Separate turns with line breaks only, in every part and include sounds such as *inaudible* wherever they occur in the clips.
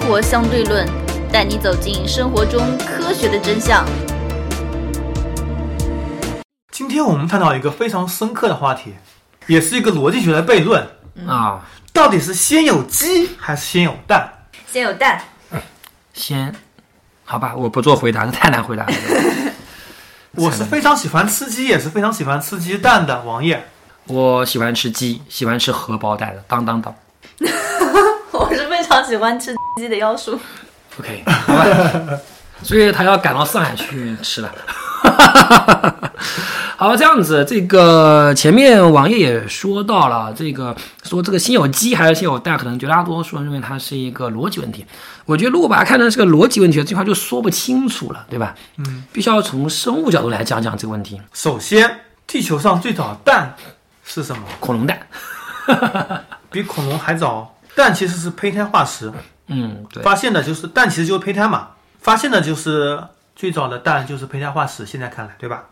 活相对论》，带你走进生活中科学的真相。
今天我们探讨一个非常深刻的话题，也是一个逻辑学的悖论：
啊，
到底是先有鸡还是先有蛋？
先有 *laughs* 蛋，
先，好吧，我不做回答， *laughs* 这太难回答了。
我是非常喜欢吃鸡，也是非常喜欢吃鸡蛋的王爷。
我喜欢吃鸡，喜欢吃荷包蛋的，当当当。
我是非常喜欢吃鸡的妖叔。
OK，好吧。 *laughs* 所以他要赶到上海去吃了。 *laughs* 好，这样子，这个前面王爷也说到了，这个说这个先有鸡还是先有蛋，可能绝大多数人认为它是一个逻辑问题。我觉得如果把它看成是个逻辑问题，这块就说不清楚了，对吧？嗯，必须要从生物角度来讲讲这个问题。
首先，地球上最早的蛋是什么？
恐龙蛋，
比恐龙还早。蛋其实是胚胎化石，
嗯，对，
发现的就是蛋，其实就是胚胎嘛。发现的就是最早的蛋就是胚胎化石，现在看来，对吧？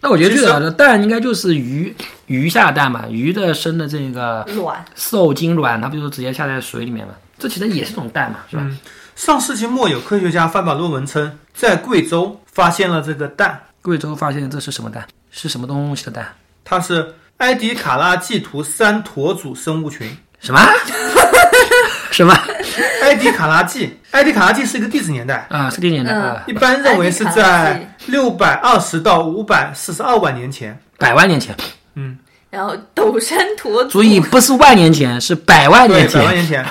那我觉得
其
最
实
早的蛋应该就是鱼鱼下的蛋嘛，鱼的生的这个
卵
受精卵，它不就直接下在水里面嘛？这其实也是种蛋嘛，是吧？
嗯上世纪末，有科学家发表论文称，在贵州发现了这个蛋，
贵州发现这是什么蛋？是什么东西的蛋？
它是埃迪卡拉季图三驼组生物群。
什么？ *laughs* 什么？
埃迪卡拉季， *laughs* 埃迪卡拉季是一个地质年代，
啊，是历年的
嗯
啊，
一般认为是
埃迪卡拉纪
在六百二十到五百四十二万年前。
百万年前，
然后陡山驼
所以不是万年前，是百万
对
年，
百万
前。
年
*laughs*
前，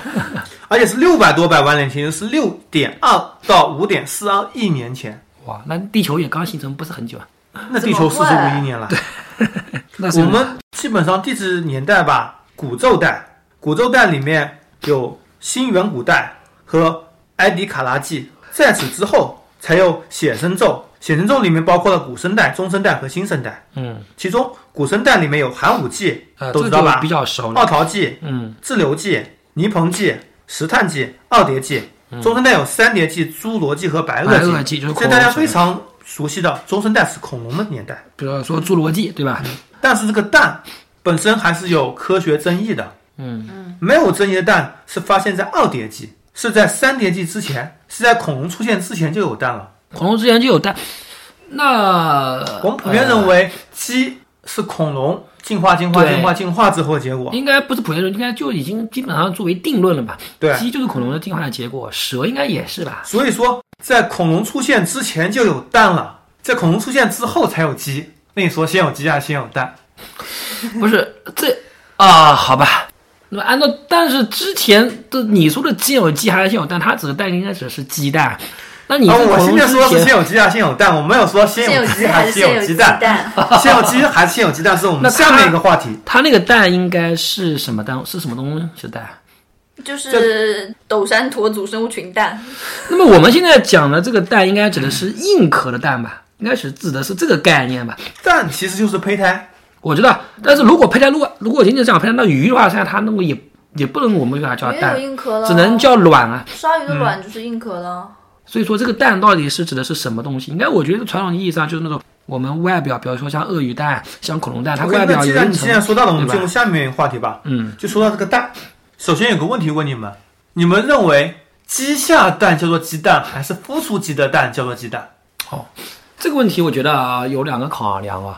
而且是六百多百万年前，就是六点二到五点四二亿年前。
哇，那地球也刚形成不是很久啊。
那地球四十五亿年了。
那是
我们基本上地质年代吧，古宙带，古宙带里面有新远古带和埃迪卡拉纪，在此之后才有显生宙。显生宙里面包括了古生代、中生代和新生代，
嗯
其中古生代里面有寒武纪，
啊，
都
这
知道
就
吧哦
比？较熟了。
奥陶纪、
嗯，
志留纪、泥盆纪、石炭纪、二叠纪，中生代有三叠纪、侏罗纪和白
嗯白垩
垩
纪
纪，
就是
现在大家非常熟悉的中生代是恐龙的年代。
比如说侏罗纪，对吧？
但是这个蛋本身还是有科学争议的。
嗯，
没有争议的蛋是发现在二叠纪，是在三叠纪之前，是在恐龙出现之前就有蛋了。
恐龙之前就有蛋。那
我们普遍认为鸡是恐龙进化、进化、
对
进化、进化之后的结果。
应该不是普遍论，应该就已经基本上作为定论了吧？
对
鸡就是恐龙的进化的结果，蛇应该也是吧？
所以说，在恐龙出现之前就有蛋了，在恐龙出现之后才有鸡。那你说先有鸡还是先有蛋？
不是这啊、好吧。那么按照，但是之前的你说的先有鸡还是先有蛋，它指的蛋应该指的是鸡蛋。那你
啊，
说
我
恐
现
龙
在
之
说的是
前，
先有鸡还是先有蛋，我没有说先有
鸡
鸡
还
还
是
是
先
先
有
有
鸡
鸡蛋，
蛋？
先有鸡还是先有鸡蛋是我
那
们
它
下面一个话题。
它那个蛋应该是什么蛋？是什么东西的蛋？
*laughs* 就是陡山驼组生物群蛋，
那么我们现在讲的这个蛋，应该指的是硬壳的蛋吧？应该是指的是这个概念吧？
蛋其实就是胚胎，
我知道，但是如果胚胎，如果如果仅仅是讲胚胎，那鱼的话，现在它那个也也不能我们把它叫
没有
蛋，
硬壳了，
只能叫卵啊。
鲨鱼的卵就是硬壳了。
所以说这个蛋到底是指的是什么东西？应该我觉得传统意义上就是那种我们外表，比如说像鳄鱼蛋、像恐龙蛋，它
OK，
外
那
表
既
有
然
一
你现在
层。
说到了，我们
对吧
进入下面一个话题吧。
嗯，
就说到这个蛋，首先有个问题问你们：你们认为鸡下蛋叫做鸡蛋，还是孵出鸡的蛋叫做鸡蛋？
这个问题我觉得啊有两个考量啊，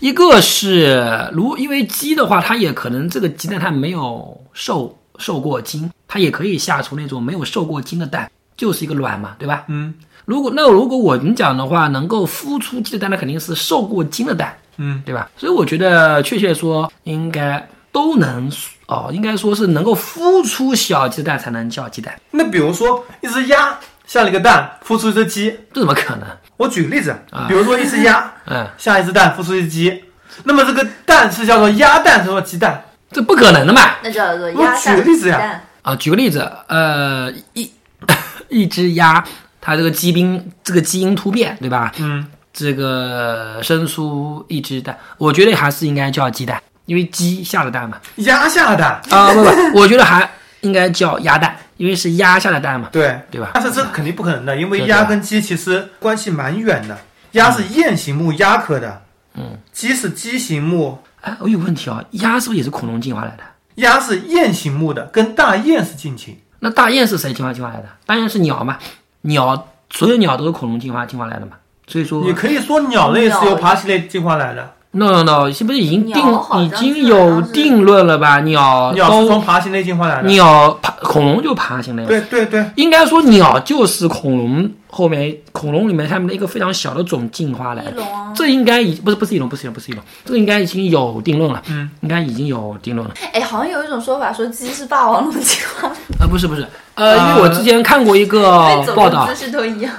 一个是如因为鸡的话，它也可能这个鸡蛋它没有受受过精，它也可以下出那种没有受过精的蛋，就是一个卵嘛，对吧？
嗯
如果那如果我们讲的话，能够孵出鸡的蛋，那肯定是受过精的蛋。
嗯，
对吧？所以我觉得，确切说，应该都能哦，应该说是能够孵出小鸡蛋才能叫鸡蛋，
那比如说一只鸭下了一个蛋，孵出一只鸡。
这怎么可能？
我举个例子，
啊
比如说一只
*laughs*
鸭
嗯，
下一只蛋，孵出一只鸡，那么这个蛋是叫做鸭蛋，叫做鸡蛋。
这不可能的嘛！
嗯那叫做
我
鸭
举个
蛋
例子呀
蛋
啊，举个例子，呃，一 *coughs* 一只鸭，它这个基因这个基因突变，对吧？
嗯，
这个生出一只蛋，我觉得还是应该叫鸡蛋，因为鸡下的蛋嘛。
鸭下的蛋，
啊、不不，我觉得还应该叫鸭蛋，因为是鸭下的蛋嘛，
对，
对吧？
但是这肯定不可能的，因
对
为
对啊
鸭跟鸡其实关系蛮远的。鸭是雁形目鸭科的，嗯，鸡是鸡形目，
哎，我有个问题啊、鸭是不是也是恐龙进化来的？
鸭是雁形目的，跟大雁是近亲。
那大雁是谁进化进化来的？大雁是鸟嘛？鸟所有鸟都是恐龙进化进化来的嘛？所以说
你可以说鸟类是由爬行类进化来的，
，no no no，是不是已经定
鸟好像
已
是
经有
好像是
定论了吧？鸟
鸟是
啊都
从爬行类进化来的。
鸟爬恐龙就爬行了呀。
对对对，
应该说鸟就是恐龙后面恐龙里面下面的一个非常小的种进化来
翼
的。
龙啊。
这应该已不是不是翼龙，不是翼龙，不是翼龙，这个应该已经有定论了。嗯，应该已经有定论了。
哎，好像有一种说法说鸡是霸王龙进化，
呃，不是不是，呃，因
呃
为我之前看过一个
对， *laughs* 走
哦报
路
道
姿，势都一样。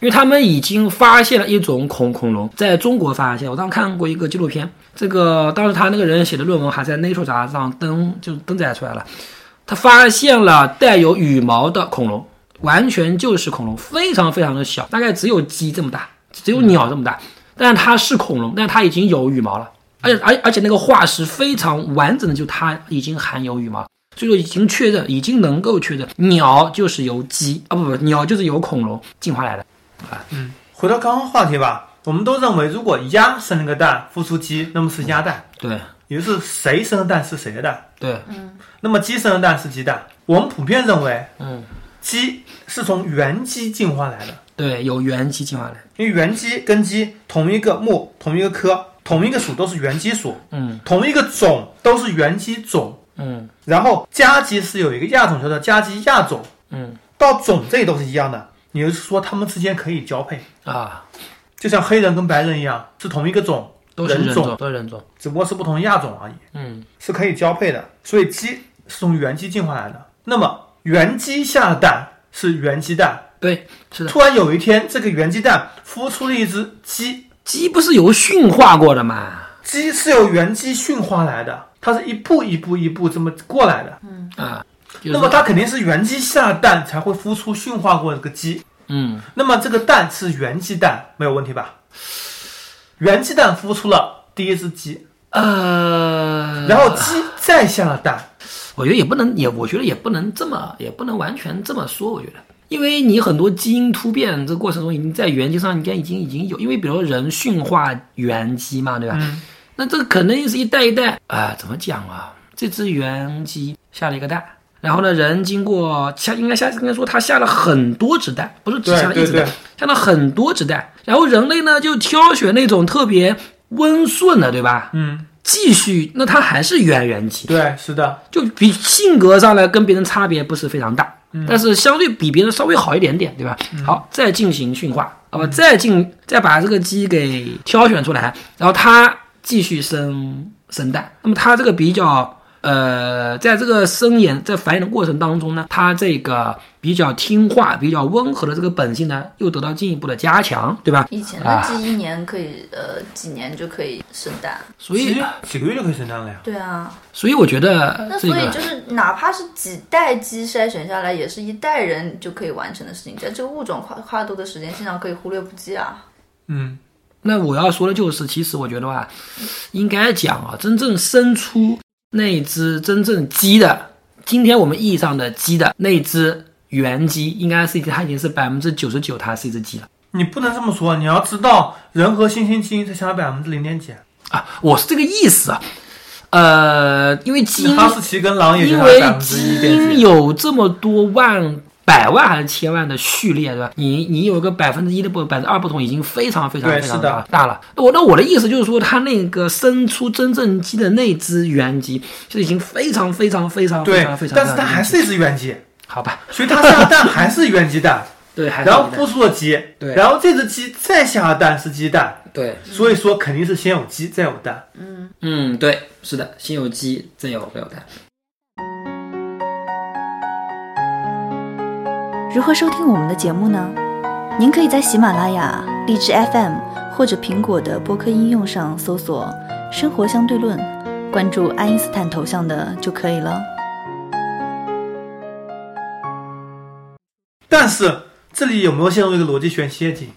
因为他们已经发现了一种恐恐龙，在中国发现。我当时看过一个纪录片，这个当时他那个人写的论文还在 Nature 杂志上登，就登载出来了。他发现了带有羽毛的恐龙，完全就是恐龙，非常非常的小，大概只有鸡这么大，只有鸟这么大，但它是恐龙，但它已经有羽毛了，而且而而且那个化石非常完整的，就它已经含有羽毛。所以说已经确认，已经能够确认，鸟就是由鸡啊不不，鸟就是由恐龙进化来的。
回到刚刚话题吧，我们都认为如果鸭生了个蛋孵出鸡，那么是鸭蛋，
对
也就是谁生的蛋是谁的蛋。
对，
那么鸡生的蛋是鸡蛋，我们普遍认为
嗯，
鸡是从原鸡进化来的，
对，有原鸡进化来。
因为原鸡跟鸡同一个目、同一个科、同一个属都是原鸡属，
嗯
同一个种都是原鸡种。
嗯
然后家鸡是有一个亚种叫做家鸡亚种，
嗯
到种这里都是一样的，也就是说它们之间可以交配，
啊，
就像黑人跟白人一样，是同一个种，
都是人
种，
种，都是人种。
只不过是不同亚种而已，
嗯
是可以交配的。所以鸡是从原鸡进化来的。那么原鸡下的蛋是原鸡蛋，
对，是的。
突然有一天，这个原鸡蛋孵出了一只鸡，
鸡不是由驯化过的嘛？
鸡是由原鸡驯化来的，它是一步一步一步这么过来的。
啊，就是
那么它肯定是原鸡下的蛋才会孵出驯化过的个鸡。
嗯，
那么这个蛋是原鸡蛋，没有问题吧？原鸡蛋孵出了第一只鸡，
呃，
然后鸡再下了
*laughs*
蛋，
我觉得也不能，也我觉得也不能这么，也不能完全这么说。我觉得，因为你很多基因突变这个过程中，已经在原鸡上应该已经已经有，因为比如人驯化原鸡嘛，对吧？
嗯
那这肯定是一代一代啊、怎么讲啊？这只原鸡下了一个蛋，然后呢，人经过下应该下应该说它下了很多只蛋，不是只
对
下了一只
对
蛋
对，
下了很多只蛋。然后人类呢就挑选那种特别温顺的，对吧？
嗯，
继续，那它还是原原鸡，
对，是的，
就比性格上来跟别人差别不是非常大，但是相对比别人稍微好一点点，对吧？好，再进行驯化，好吧，再进再把这个鸡给挑选出来，然后它继续生生蛋。那么它这个比较呃，在这个生衍在繁衍的过程当中呢，它这个比较听话、比较温和的这个本性呢，又得到进一步的加强，对吧？
以前的
啊
鸡一年可以，呃，几年就可以生蛋。
所以
鸡几个月就可以生蛋了呀。
对啊，
所以我觉得
那
这
所以
个
就是，哪怕是几代鸡筛选下来，也是一代人就可以完成的事情，在这个物种跨跨度的时间线上可以忽略不计啊。
嗯，
那我要说的就是，其实我觉得吧，应该讲啊，真正生出那只真正鸡的，今天我们意义上的鸡的那只原鸡，应该是已经它已经是百分之九十九，它是一只鸡了
你不能这么说，你要知道人和猩猩基因才相差百分之零点几，
啊！我是这个意思啊，呃，因为基因
哈士奇跟狼也就
因
差
为
百分之
基
一点
因
几。
有这么多万、百万还是千万的序列，对吧？你你有个百分之一的不百分之二不同，已经非常非常
对
非常
是的
大大了。那我那我的意思就是说，它那个生出真正鸡的那只原鸡，就已经非常非常非常非
对
常非常，，
但是它还是一只原鸡，
好吧？
所以它下的蛋还是原鸡蛋，
对，还是
然后孵出了鸡，
对嗯
然后这只鸡再下的蛋是鸡蛋，
对，
所以说肯定是先有鸡再有蛋。
嗯，对，是的，先有鸡，再有再有蛋。
如何收听我们的节目呢？您可以在喜马拉雅、荔枝 FM 或者苹果的播客应用上搜索“生活相对论”，关注爱因斯坦头像的就可以了。
但是这里有没有陷入一个逻辑陷陷阱？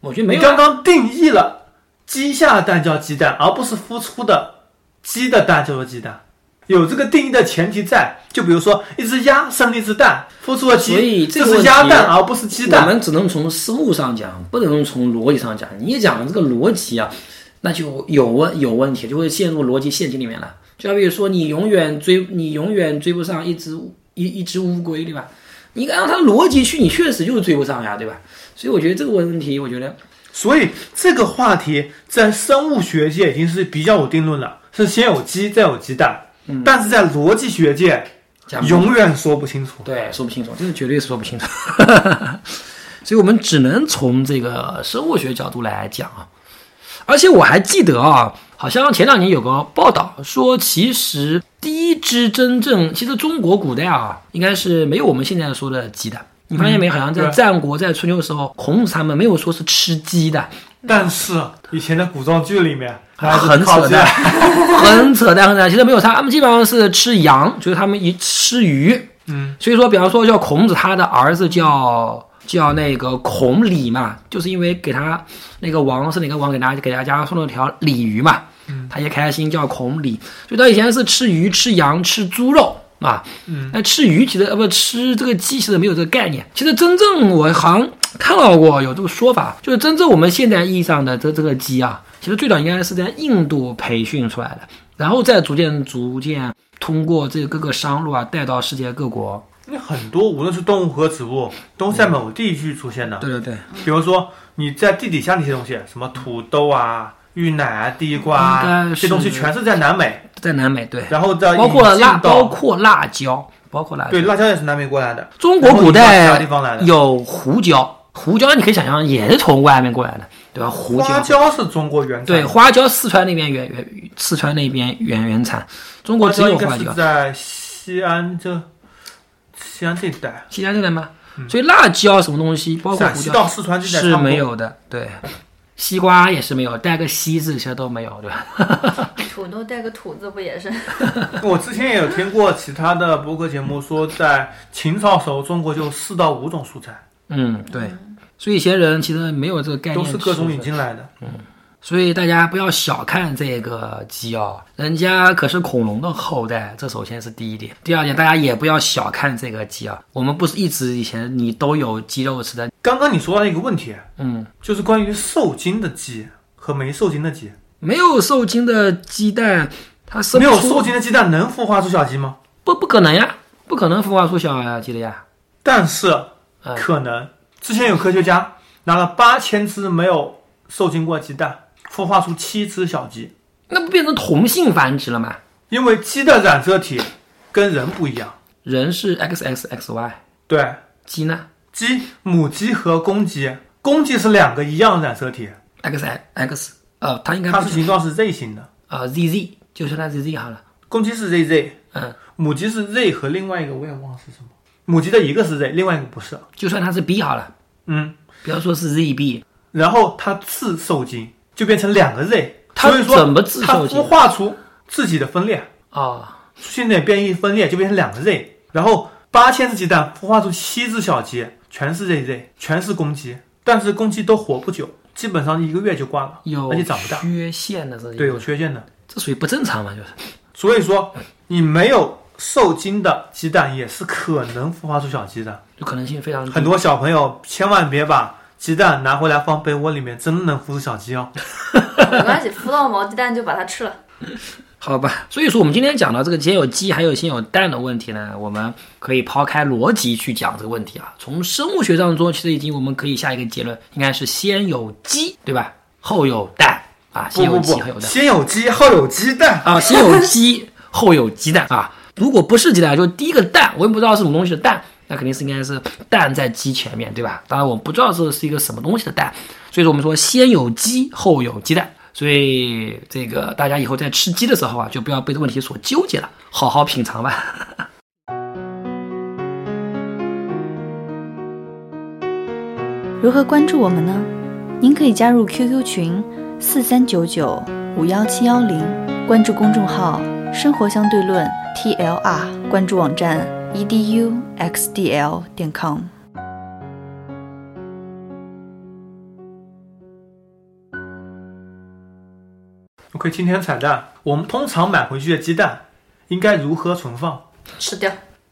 我觉得没
你
有啊
刚刚定义了鸡下的蛋叫鸡蛋，而不是孵出的鸡的蛋叫做鸡蛋。有这个定义的前提在，就比如说一只鸭生了一只蛋，孵出了鸡，
所以
这
这个
是
问
鸭
题
蛋而不是鸡
我
蛋。
们只能从思路上讲，不能从逻辑上讲。你一讲这个逻辑啊，那就有问有问题，就会陷入逻辑陷阱里面了。就好比如说，你永远追，你永远追不上一只一一只乌龟，对吧？你按照它的逻辑去，你确实就是追不上呀，对吧？所以我觉得这个问题，我觉得
所以这个话题在生物学界已经是比较有定论了，是先有鸡再有鸡蛋。但是在逻辑学界
嗯讲不清
永远说不清楚。
对，说不清楚，这个绝对是说不清楚。 *laughs* 所以我们只能从这个生物学角度来讲啊。而且我还记得啊，好像前两年有个报道说，其实第一只真正，其实中国古代啊，应该是没有我们现在说的鸡的。你发现没？好像在
对
战国、在春秋的时候，孔子他们没有说是吃鸡的，
但是以前的古装剧里面，还是
很
靠
扯
这
淡， *laughs* 很扯淡，很扯淡。其实没有他，他们基本上是吃羊，就是他们一吃鱼，
嗯，
所以说，比方说叫孔子，他的儿子叫叫那个孔鲤嘛，就是因为给他那个王是哪个王给大家给大家送了条鲤鱼嘛，他也开心叫孔鲤。所以他以前是吃鱼、吃羊、吃猪肉啊，
嗯，
那吃鱼其实呃不吃这个鸡其实没有这个概念。其实真正我好像看到过有这个说法，就是真正我们现代意义上的这这个鸡啊，其实最早应该是在印度培训出来的，然后再逐渐逐渐通过这个各个商路啊带到世界各国。
因为很多无论是动物和植物，都在某地区出现的。
对对对，
比如说你在地底下那些东西，什么土豆啊、芋奶啊、地瓜啊
应该，是
这东西全是在南美，
在南美对，
然后再
包括
呃引
辣，
进到
包括辣椒，包括辣椒。
对辣椒也是南美过来的。
中国古
然后引到其他
代
地方来的
有胡椒，胡椒你可以想象也是从外面过来的，对吧？胡
花
椒。
椒是中国原产，
对，花椒四川那边原原四川那边原原产，中国
花
只
椒
有
应该
花
是
椒，
在西安这西安这一带，
西安这边吗？所以辣椒什么东西，包括
陕嗯
胡
啊西
椒
到四川这一带
是
差不多
没。有的，对。西瓜也是没有，带个西字其实都没有，对吧？
土豆带个土字不也是？
我之前也有听过其他的播客节目说，在秦朝时候，中国就四到五种蔬菜，
嗯，对。所以以前人其实没有这个概
都
念，
是各种引进来的。
所以大家不要小看这个鸡哦，人家可是恐龙的后代，这首先是第一点。第二点，大家也不要小看这个鸡啊，我们不是一直以前你都有鸡肉吃的，
刚刚你说到一个问题，
嗯，
就是关于受精的鸡和没受精的鸡。
没有受精的鸡蛋，它生
没
不
有
出
受精的鸡蛋能孵化出小鸡吗？
不不可能呀，不可能孵化出小啊鸡的呀。
但是
嗯
可能，之前有科学家拿了八千只没有受精过的鸡蛋，孵化出七只小鸡，
那不变成同性繁殖了吗？
因为鸡的染色体跟人不一样。
人是 X X X Y，
对，
鸡呢
鸡母鸡和公鸡，公鸡是两个一样的染色体，
X X X，呃，它应该
它
不
是
是
形状是 Z 型的，
呃 Z Z，就说它 Z Z 好了，
公鸡是 ZZ，
嗯，
母鸡是 Z 和另外一个我也忘了是什么，母鸡的一个是 Z，另外一个不是。
就算它是 B 好了，
嗯，
不要说是 Z B，
然后它自受精就变成两个 Z，
它
所以说
怎么自受精
它孵化出自己的分裂，
哦，
出现点变异分裂就变成两个 Z，然后八千只鸡蛋孵化出七只小鸡，全是 ZZ，全是公鸡，但是公鸡都活不久，基本上一个月就挂了，
有
而且长不大，
缺陷的这
对，有缺陷的。
这属于不正常嘛，就是
所以说，你没有受精的鸡蛋也是可能孵化出小鸡的。
就可能性非常低
很。多小朋友千万别把鸡蛋拿回来放被窝里面，真的能孵出小鸡哦。
没关系，孵到毛鸡蛋就把它吃了。
好吧，所以说我们今天讲到这个先有鸡还有先有蛋的问题呢，我们可以抛开逻辑去讲这个问题啊。从生物学上说，其实已经我们可以下一个结论，应该是先有鸡，对吧？后有蛋啊，先
不
有
不
鸡后有
不，
蛋
先有鸡后有鸡蛋。
啊，先有鸡后有鸡蛋啊。如果不是鸡蛋，就第一个蛋，我也不知道是什么东西的蛋，那肯定是应该是蛋在鸡前面对吧？当然我不知道这是一个什么东西的蛋，所以说我们说先有鸡后有鸡蛋。所以这个大家以后在吃鸡的时候啊，就不要被这个问题所纠结了，好好品尝吧。
如何关注我们呢？您可以加入 QQ 群四三九九五幺七幺零，关注公众号“生活相对论 ”TLR，关注网站 E eduxdl 点 com。
OK，今天彩蛋，我们通常买回去的鸡蛋应该如何存放？
吃掉，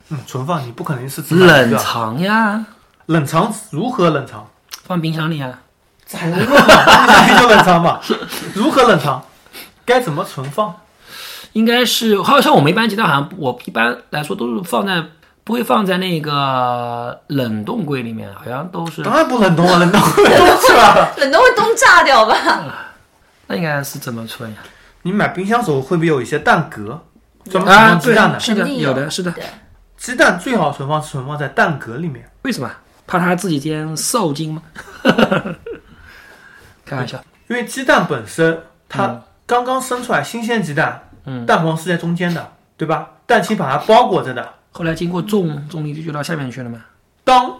嗯，存放你不可能是只买一
冷
个，
藏呀，
冷藏如何冷藏？
放冰箱里啊。
怎么嘛，就冷藏嘛？如何冷藏？该怎么存放？
应该是好像我们一般鸡蛋好像我一般来说都是放在不会放在那个冷冻柜里面，好像都是
当然不冷冻了，冷冻会冻死了。
冷冻会冻炸掉吧？
那应该是怎么存呀？
你买冰箱的时候会不会有一些蛋壳，专门存
啊，
放鸡
对
蛋
啊，
的？
是的，
肯定
有
有
的是的。
对，
鸡蛋最好存放存放在蛋壳里面。
为什么？怕它自己间受精吗？ *laughs* 开玩笑，
因为鸡蛋本身
嗯
它刚刚生出来，新鲜鸡蛋，
嗯
蛋黄是在中间的，对吧？蛋清把它包裹着的。
后来经过
嗯
重重力就就到下面去了嘛。
当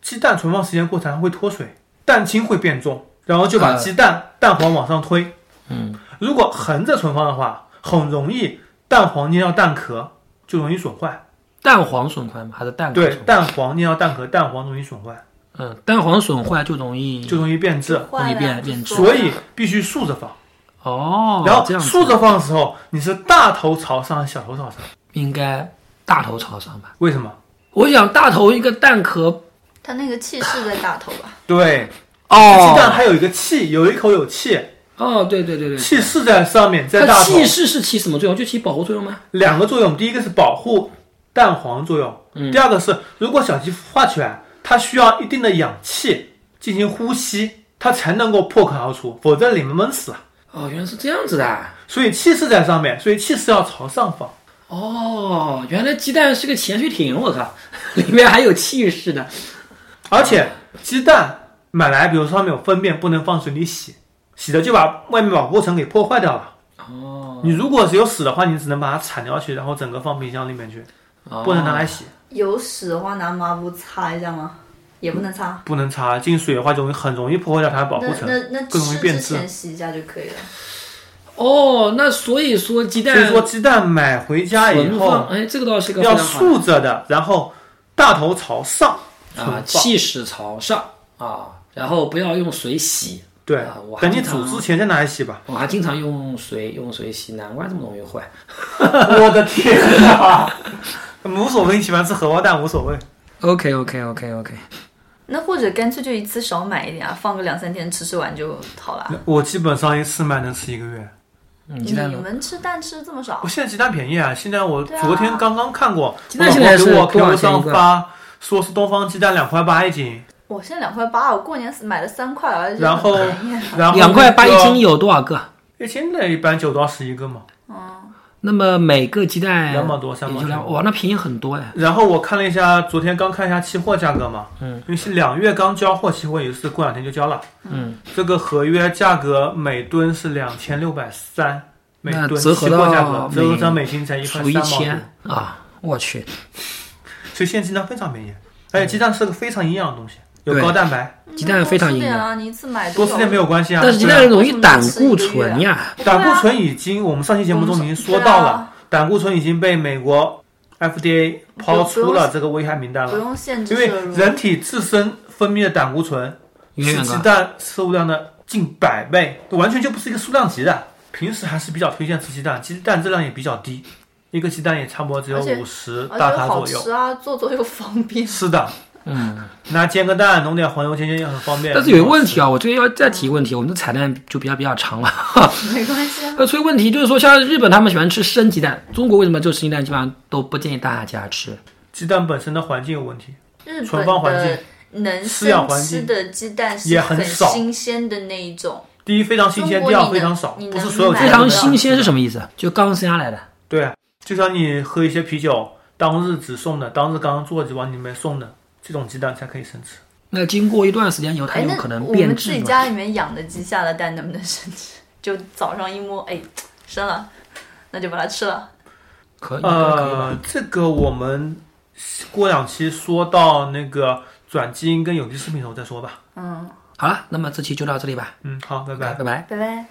鸡蛋存放时间过长，会脱水，蛋清会变重，然后就把
呃
鸡蛋、蛋黄往上推。
嗯，
如果横着存放的话，很容易蛋黄粘到蛋壳，就容易损坏。
蛋黄损坏吗？还是蛋壳
对
损，坏？
蛋黄粘到蛋壳，蛋黄容易损坏，
嗯，蛋黄损坏就容易
就容易变质，
坏
容易变
了
变质
所以必须竖着放。
嗯哦，
然后
这样子
竖着放的时候，你是大头朝上，小头朝上。
应该大头朝上吧？
为什么？
我想大头一个蛋壳
它那个气势在大头吧？
对，鸡蛋
哦
还有一个气，有一口有气，
哦，对对对对，
气势在上面，在
它
大头。
气势是起什么作用？就起保护作用吗？
两个作用，第一个是保护蛋黄作用，
嗯
第二个是如果小鸡孵化起来，它需要一定的氧气进行呼吸，它才能够破壳而出，否则里面闷死啊。
哦，原来是这样子的啊。
所以气势在上面，所以气势要朝上放。
哦，原来鸡蛋是个潜水艇，我靠， *laughs* 里面还有气势的。
而且鸡蛋买来，比如说上面有粪便，不能放水里洗，洗了就把外面保护层给破坏掉了。
哦，
你如果是有屎的话，你只能把它铲掉去，然后整个放冰箱里面去，
哦
不能拿来洗，
有屎的话拿抹布擦一下吗？也不能擦。
不能擦。进水的话，容易很容易破坏掉它的保
嗯
护
那
层
那那，
更容易
吃
变
之
质。
前洗一下就可以了。
哦，那所以说鸡蛋
所以说鸡蛋买回家以
存放，
后
哎，这个倒是个非
要
常好
竖着的，然后大头朝上存
啊，
放。
气势朝上啊，然后不要用水洗。
对
啊我，还
等你
经常。
煮之前再拿来洗吧
*laughs* 我还经常用水用水洗，难怪这么容易坏。
我的天啊！ *laughs* 无所谓，你喜欢吃荷包蛋无所谓。
OK OK OK OK，
那或者干脆就一次少买一点啊，放个两三天吃吃完就好了。
我基本上一次买能吃一个月。
嗯，
你
鸡蛋呢？
们吃蛋吃这么少
我？现在鸡蛋便宜啊！现在我
对啊
昨天刚刚看过，
鸡
我
蛋
老
现在
婆
是
给我
多少
Q
钱一
上
个
发，说是东方鸡蛋两块八一斤，
我现在两块八，我过年买了三块，而且
然后
很便宜。啊
然后
两块八
那
一
个
斤，有多少个？
一斤的一般九到十一个嘛。
那么每个鸡蛋
两毛多三毛
也就两
钱
哇，那便宜很多哎。
然后我看了一下，昨天刚看一下期货价格嘛，嗯，因为是两月刚交货，期货也是过两天就交了，
嗯，
这个合约价格每吨是两千六百三每吨，
那折合
期货价
到
格折合
每
成美金才一块
除
三
一
毛多，
千啊，我去，
所以现在鸡蛋非常便宜，而且鸡蛋是个非常营养的东西，有
对
高蛋白，
鸡蛋非常营
多吃点
养，
啊！你一次买
多
少啊
吃点没有关系啊。
但是鸡蛋
对啊
容易胆固醇呀。
胆固醇已经我们上期节目中已经说到
嗯
对
了
啊，
胆固醇已经被美国 FDA 抛出了这个危害名单
不
了，
用限制
啊因为
摄入。
人体自身分泌的胆固醇。
远
是
远
鸡
高，
蛋数量的近百倍，完全就不是一个数量级的。平时还是比较推荐吃鸡蛋，鸡蛋质量也比较低，一个鸡蛋也差不多只有
而且
五十
而
大
且
卡
好
左右。
吃啊，做做又方便。
是的，
嗯，
那煎个蛋，弄点黄油煎煎也很方便。
但是有一个问
很
题啊，我最近要再提一个问题，我们的彩蛋就比较比较长了。
没关系啊，
呃，所以问题就是说，像日本他们喜欢吃生鸡蛋，中国为什么就生鸡蛋基本上都不建议大家吃？
好吃，鸡蛋本身的环境有问题，
日
*laughs* 存放
本
环境
的能
饲养
生
环
吃
境
的鸡蛋是
也很少
新鲜的那一种，
第一非常新鲜，
中
第
国
二
你
非常
能
少，
你
不是
能
所有
买
鸡
非
蛋都
常
这样
新鲜
吃
是
的
什么意思？就刚生下来的。
对啊，就像你喝一些啤酒，当日只送的，当日刚刚做就往里面送的，这种鸡蛋才可以生吃。
那经过一段时间以后，它
哎，
有
那
可能
我们
变
自
质
己
嘛
家里面养的鸡下了蛋能不能生吃？就早上一摸，哎，生了，那就把它吃了。
可以，可以吧
呃，这个我们过两期说到那个转基因跟有机食品的时候再说吧。
嗯，
好了，那么这期就到这里吧，
嗯，好，拜拜。
拜拜。
拜拜。